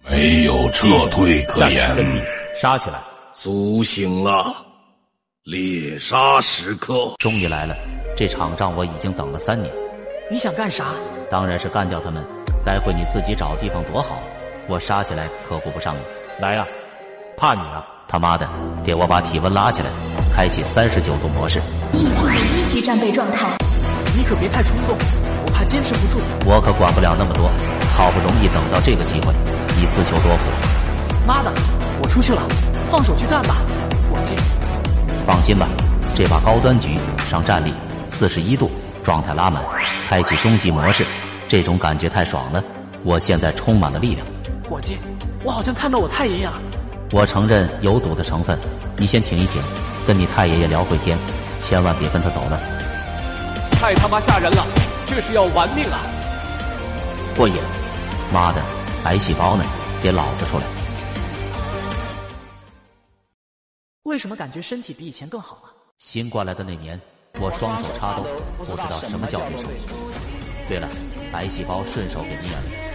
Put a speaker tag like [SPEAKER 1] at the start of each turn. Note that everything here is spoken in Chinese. [SPEAKER 1] 没有撤退可
[SPEAKER 2] 站立
[SPEAKER 1] 言。
[SPEAKER 2] 杀起来！
[SPEAKER 3] 苏醒了，猎杀时刻。
[SPEAKER 2] 终于来了，这场仗我已经等了三年，
[SPEAKER 4] 你想干啥？
[SPEAKER 2] 当然是干掉他们。待会你自己找地方躲好，我杀起来可顾不上你。来呀、怕你啊！他妈的，给我把体温拉起来，开启三十九度模式。
[SPEAKER 5] 已进入一级战备状态，
[SPEAKER 4] 你可别太冲动，我怕坚持不住。
[SPEAKER 2] 我可管不了那么多，好不容易等到这个机会，你自求多福。
[SPEAKER 4] 妈的，我出去了，放手去干吧。我接。
[SPEAKER 2] 放心吧，这把高端局上战力四十一度，状态拉满，开启终极模式，这种感觉太爽了。我现在充满了力量。
[SPEAKER 4] 我接，我好像看到我太爷爷了。
[SPEAKER 2] 我承认有赌的成分，你先停一停，跟你太爷爷聊会天，千万别跟他走了，
[SPEAKER 6] 太他妈吓人了，这是要玩命啊！
[SPEAKER 2] 过瘾。妈的，癌细胞呢？给老子出来！
[SPEAKER 4] 为什么感觉身体比以前更好啊了？
[SPEAKER 2] 新过来的那年，我双手插兜，不知道什么叫别生。对了，癌细胞顺手给灭了。